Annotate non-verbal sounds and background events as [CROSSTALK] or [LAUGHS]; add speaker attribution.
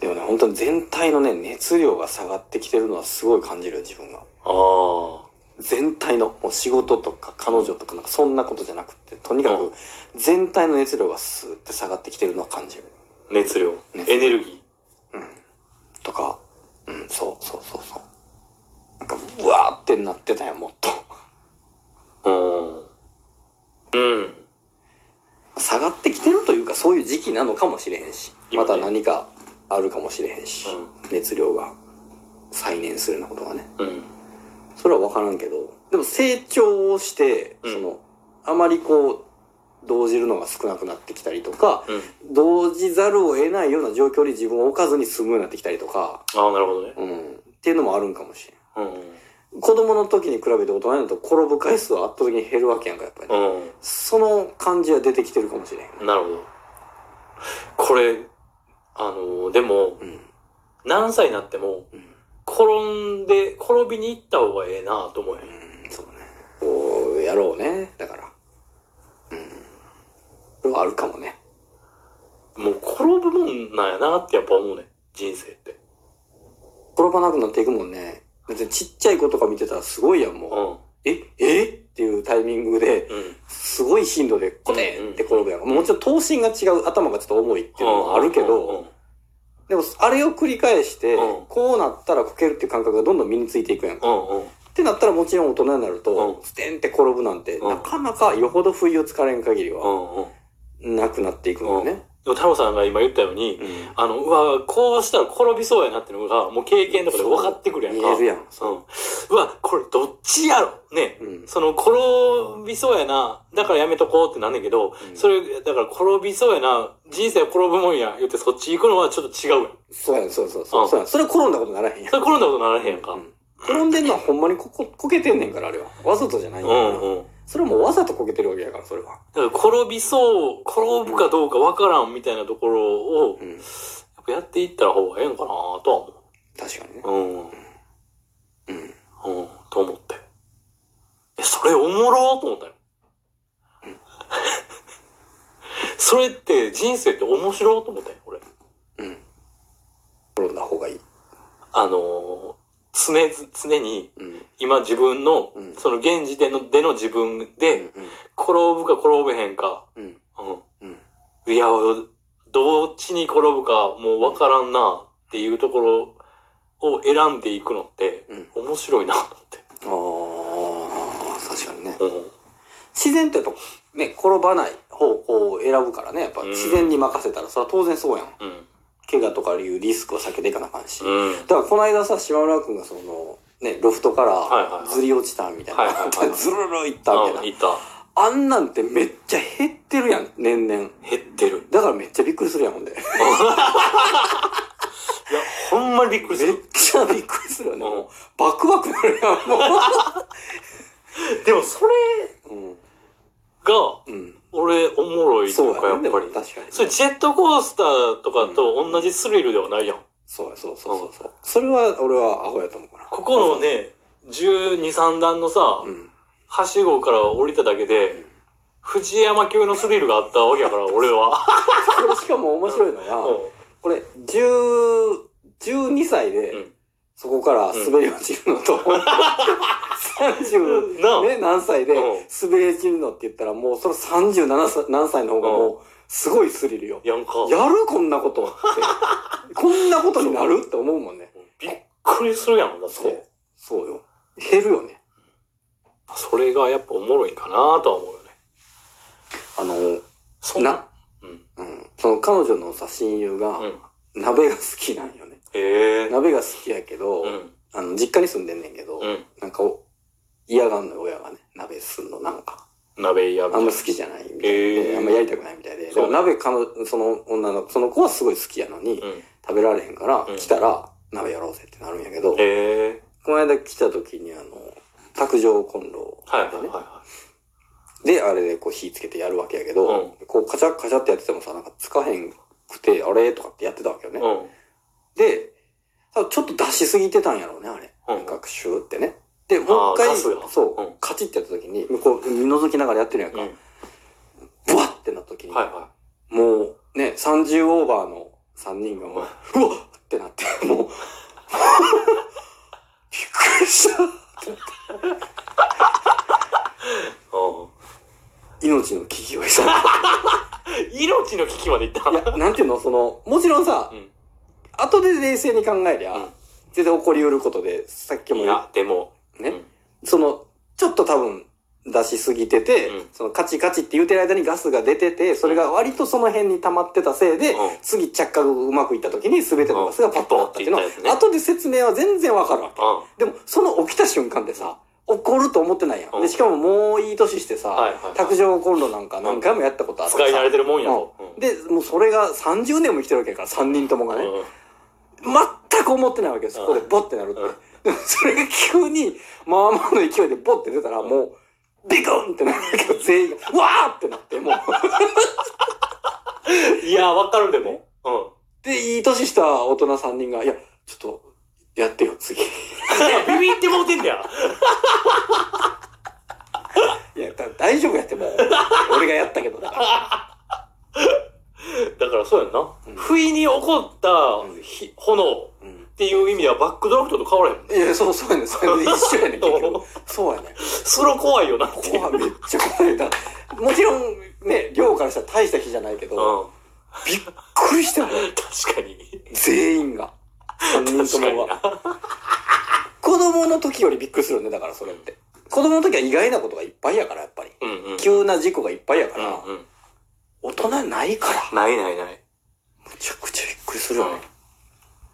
Speaker 1: でもね、本当に全体のね、熱量が下がってきてるのはすごい感じる、自分が。
Speaker 2: ああ。
Speaker 1: 全体の、もう仕事とか彼女とかなんかそんなことじゃなくて、とにか
Speaker 2: う
Speaker 1: く全体の熱量がスーって下がってきてるのは感じる。
Speaker 2: 熱量。
Speaker 1: 熱量
Speaker 2: エネルギ
Speaker 1: とか、うん、そうそうそうそう。なんか、うわーってなってたよ、もっと。
Speaker 2: ー。うん。うん。
Speaker 1: 下がってきてるというか、そういう時期なのかもしれへんし、
Speaker 2: 今
Speaker 1: ま
Speaker 2: ね
Speaker 1: た何かあるかもしれへんし、
Speaker 2: うん
Speaker 1: 熱量が再燃するようなことがね。
Speaker 2: うん。
Speaker 1: それは分からんけど、でも成長をして、
Speaker 2: うん
Speaker 1: その、あまりこう、動じるのが少なくなってきたりとか、
Speaker 2: うん。
Speaker 1: 動じざるを得ないような状況に自分を置かずに済むようになってきたりとか、
Speaker 2: ああ、なるほどね。
Speaker 1: うん、っていうのもあるんかもしれん。
Speaker 2: う
Speaker 1: 子供の時に比べて大人になると転ぶ回数は圧倒的に減るわけやんか、やっぱり。
Speaker 2: ん。うん。
Speaker 1: その感じは出てきてるかもしれへん。
Speaker 2: なるほど。これ、あの、でも、
Speaker 1: うん。
Speaker 2: 何歳になっても、
Speaker 1: うん。
Speaker 2: 転んで、転びに行った方がええなと思えへん。
Speaker 1: うん、そうね。こう、やろうね。だから。うん。それはあるかもね。
Speaker 2: もう転ぶもんなんやなってやっぱ思うね。人生って。
Speaker 1: 転ばなくなっていくもんね。だってちっちゃい子とか見てたらすごいやん、もう。
Speaker 2: うん。
Speaker 1: ええっていうタイミングで、
Speaker 2: うん。
Speaker 1: すごい頻度でコテンって転ぶやん。もちろん頭身が違う、頭がちょっと重いっていうのもあるけ
Speaker 2: うんうんう
Speaker 1: ど、
Speaker 2: ん
Speaker 1: でもあれを繰り返して
Speaker 2: うん、
Speaker 1: こうなったらこけるっていう感覚がどんどん身についていくやん。っ
Speaker 2: うんうん。
Speaker 1: てなったらもちろん大人になる
Speaker 2: う
Speaker 1: と
Speaker 2: ん、
Speaker 1: ステンって転ぶなんて、
Speaker 2: うん
Speaker 1: なかなかよほど不意をつかれん限り
Speaker 2: う
Speaker 1: は、
Speaker 2: んうん。
Speaker 1: なくなっていくのよね。
Speaker 2: でも太郎さんが今言ったように、
Speaker 1: うん
Speaker 2: あの、うわ、こうしたら転びそうやなってのが、もう経験とかで分かってくるやんか。
Speaker 1: 見えるやん。
Speaker 2: うん。うわ、これどっちやろね。
Speaker 1: うん
Speaker 2: その、転びそうやな。だからやめとこうってなんねんけど、
Speaker 1: うん
Speaker 2: それ、だから転びそうやな。人生は転ぶもんや。言ってそっち行くのはちょっと違うやん。
Speaker 1: そうやん、そうそうそう。そうやん。それ転んだことならへんやん
Speaker 2: そ。れ転んだことならへんやんか。
Speaker 1: うん転んでんのはほんまにここ、こけてんねんから、あれは。わざとじゃないん
Speaker 2: う
Speaker 1: やから
Speaker 2: んうん。
Speaker 1: それはもうわざとこけてるわけやから、それは。
Speaker 2: だから転びそう、転ぶかどうかわからんみたいなところを
Speaker 1: う、ん。
Speaker 2: やっぱやっていったら方がええんかなとは思う。
Speaker 1: 確かにね。
Speaker 2: うん。うん。
Speaker 1: うん。
Speaker 2: と思って。え、それおもろーと思ったよ。それって人生って面白ーと思ったよ、俺。
Speaker 1: うん。転んだ方がいい。
Speaker 2: あのー、常ず、常に、
Speaker 1: うん。うん。
Speaker 2: 今自分の、
Speaker 1: うん
Speaker 2: その現時点のでの自分で、転ぶか転べへんか、
Speaker 1: うん。
Speaker 2: う
Speaker 1: うん。
Speaker 2: ん。いや、どっちに転ぶかもうわからんなっていうところを選んでいくのって、
Speaker 1: うん。
Speaker 2: 面白いなと思って。
Speaker 1: ああ、確かにね。
Speaker 2: うん。
Speaker 1: 自然とやっぱ、ね、転ばない方向を選ぶからね、やっぱ
Speaker 2: うん
Speaker 1: 自然に任せたら、それは当然そうやん。
Speaker 2: うん。
Speaker 1: 怪我とかいうリスクを避けていかなあかんし。
Speaker 2: うん。
Speaker 1: だからこの間さ、島村くんがその、ね、ロフトか
Speaker 2: はいはいは
Speaker 1: ら
Speaker 2: い
Speaker 1: ずり落ちたみたい
Speaker 2: はいはいはい
Speaker 1: な。 [LAUGHS] ずるるいったみたいな。
Speaker 2: いた。
Speaker 1: あんなんてめっちゃ減ってるやん、年々。
Speaker 2: 減ってる。
Speaker 1: だからめっちゃびっくりするやん、ほんで。めっ
Speaker 2: いや、ほんまにびっくりする。
Speaker 1: ちゃびっくりするよね。
Speaker 2: うん
Speaker 1: もうバクバクなるやん、も
Speaker 2: でもそれ [LAUGHS]
Speaker 1: う。
Speaker 2: が、
Speaker 1: うん。うん。
Speaker 2: 俺、おもろい
Speaker 1: そ
Speaker 2: と
Speaker 1: う
Speaker 2: か、
Speaker 1: や
Speaker 2: やっ
Speaker 1: ね。で
Speaker 2: ぱ
Speaker 1: も
Speaker 2: り。
Speaker 1: 確かに。
Speaker 2: それジェットコースターとかと同じスリルではないやん。
Speaker 1: そうや、そうそうそうそう。それは俺はアホやと思うから。
Speaker 2: ここのね、12、3段のさ
Speaker 1: う、ん。
Speaker 2: はしごから降りただけで、藤山級のスリルがあったわけやから、俺
Speaker 1: [LAUGHS]
Speaker 2: は。
Speaker 1: これしかも面白いのが、これ、10、12歳で
Speaker 2: うん、
Speaker 1: そこから滑り落ちるのと、30、
Speaker 2: なあ
Speaker 1: ね、何歳で
Speaker 2: うん
Speaker 1: 滑り落ちるのって言ったら、もうそれ37歳何歳の方がもう、すごいスリルよ。
Speaker 2: やんか。
Speaker 1: やるこんなこと
Speaker 2: [LAUGHS]
Speaker 1: って。こんなことになるって思うもんね。
Speaker 2: びっくりするやん、だっ
Speaker 1: そう
Speaker 2: て。。
Speaker 1: そうよ。減るよね。
Speaker 2: それがやっぱおもろいんかなとは思うよね。
Speaker 1: あの、
Speaker 2: そん
Speaker 1: な、
Speaker 2: うん。
Speaker 1: うん。その彼女のさ、親友が
Speaker 2: う、ん。
Speaker 1: 鍋が好きなんよね。
Speaker 2: ええ。
Speaker 1: 鍋が好きやけど、
Speaker 2: うん。
Speaker 1: あの、実家に住んでんねんけど、
Speaker 2: うん。
Speaker 1: なんかお、嫌がんのよ親がね。鍋すんのなんか。
Speaker 2: 鍋や
Speaker 1: あんま好きじゃないみたいで、
Speaker 2: へー
Speaker 1: あんまやりたくないみたいで。で
Speaker 2: そう
Speaker 1: も鍋かの、その女の、その子はすごい好きやのに、
Speaker 2: うん。
Speaker 1: 食べられへんから、
Speaker 2: うん
Speaker 1: 来たら、鍋やろうぜってなるんやけど、
Speaker 2: ええ。
Speaker 1: この間来た時にあの、卓上コンロで
Speaker 2: はい
Speaker 1: ね、
Speaker 2: はいはいは
Speaker 1: で、あれでこう火つけてやるわけやけど、こうカチャッカチャってやっててもさ、なんかつかへんくて、あれとかってやってたわけよね。
Speaker 2: い。うん。
Speaker 1: で、多分ちょっと出しすぎてたんやろうね、あれ。
Speaker 2: うん
Speaker 1: なんかシューってね。で、もう一
Speaker 2: あー
Speaker 1: 回、
Speaker 2: ガスが
Speaker 1: そう、
Speaker 2: うん
Speaker 1: カチってやった時に、こう覗きながらやってるやんか、
Speaker 2: うん
Speaker 1: ブワッってなった時に、
Speaker 2: はいは
Speaker 1: もうね、30オーバーの3人がもう、うわっってなって、もう、びっ [LAUGHS] くりした命の危機をさ。
Speaker 2: 命の危機までいった
Speaker 1: い
Speaker 2: [LAUGHS]
Speaker 1: や、なんていうの、その、もちろんさ、
Speaker 2: うん
Speaker 1: 後で冷静に考えりゃ、
Speaker 2: うん
Speaker 1: 全然起こりうることで、さっきも
Speaker 2: い
Speaker 1: 言
Speaker 2: や、でも、
Speaker 1: うね、その、ちょっと多分、出しすぎてて、
Speaker 2: うん
Speaker 1: そのカチカチって言うてる間にガスが出てて、それが割とその辺に溜まってたせいで、
Speaker 2: うん
Speaker 1: 次着火がうまくいった時に全てのガスがパッとなったっていうのは、
Speaker 2: うんパッとっていったやつ
Speaker 1: 後で説明は全然わかるわけ。
Speaker 2: うん。
Speaker 1: でも、その起きた瞬間でさ、起こると思ってないやん。
Speaker 2: うん
Speaker 1: で、しかももういい年してさ、
Speaker 2: はいはいはい
Speaker 1: 卓上コンロなんか何回もやったことある
Speaker 2: 使い慣れてるもんやろ。
Speaker 1: うんで、もうそれが30年も生きてるわけやから、3人ともがね。
Speaker 2: うん
Speaker 1: 全く思ってないわけです。
Speaker 2: うん
Speaker 1: そこでボッてなるって
Speaker 2: うん。
Speaker 1: でもそれが急に、まあまあの勢いでボッて出たら、もう、ビクンってなるわけど、全員が、わーってなって、もう。
Speaker 2: いや、わかるでも。うん。
Speaker 1: で、いい年した大人3人が、いや、ちょっと、やってよ、次。い
Speaker 2: ビビってもうてんだよ。
Speaker 1: や、だ大丈夫やって、もう。俺がやったけどだから。
Speaker 2: だからそうやんな。
Speaker 1: うん
Speaker 2: 不意に起こった
Speaker 1: ん
Speaker 2: ひ炎っ
Speaker 1: うん
Speaker 2: ていう意味ではバックドラフトと変わらへん。
Speaker 1: いや、そう、そうやねん。それで一緒やね
Speaker 2: [LAUGHS]
Speaker 1: ん、結局。そうやねん。
Speaker 2: スロ怖いよなっ
Speaker 1: こ
Speaker 2: てい
Speaker 1: こ
Speaker 2: う。
Speaker 1: はめっちゃ怖いだ。もちろん、ね、量からしたら大した日じゃないけど、
Speaker 2: うん。
Speaker 1: びっくりしたよ。
Speaker 2: 確かに。
Speaker 1: 全員が。3人
Speaker 2: 確
Speaker 1: と
Speaker 2: かに
Speaker 1: もが。子供の時よりびっくりするよね、だからそれって。子供の時は意外なことがいっぱいやから、やっぱり。
Speaker 2: うんうん。
Speaker 1: 急な事故がいっぱいやか
Speaker 2: う
Speaker 1: ら、
Speaker 2: んうん。
Speaker 1: 大人ないから、
Speaker 2: ないないない。
Speaker 1: むちゃくちゃびっくりするよね。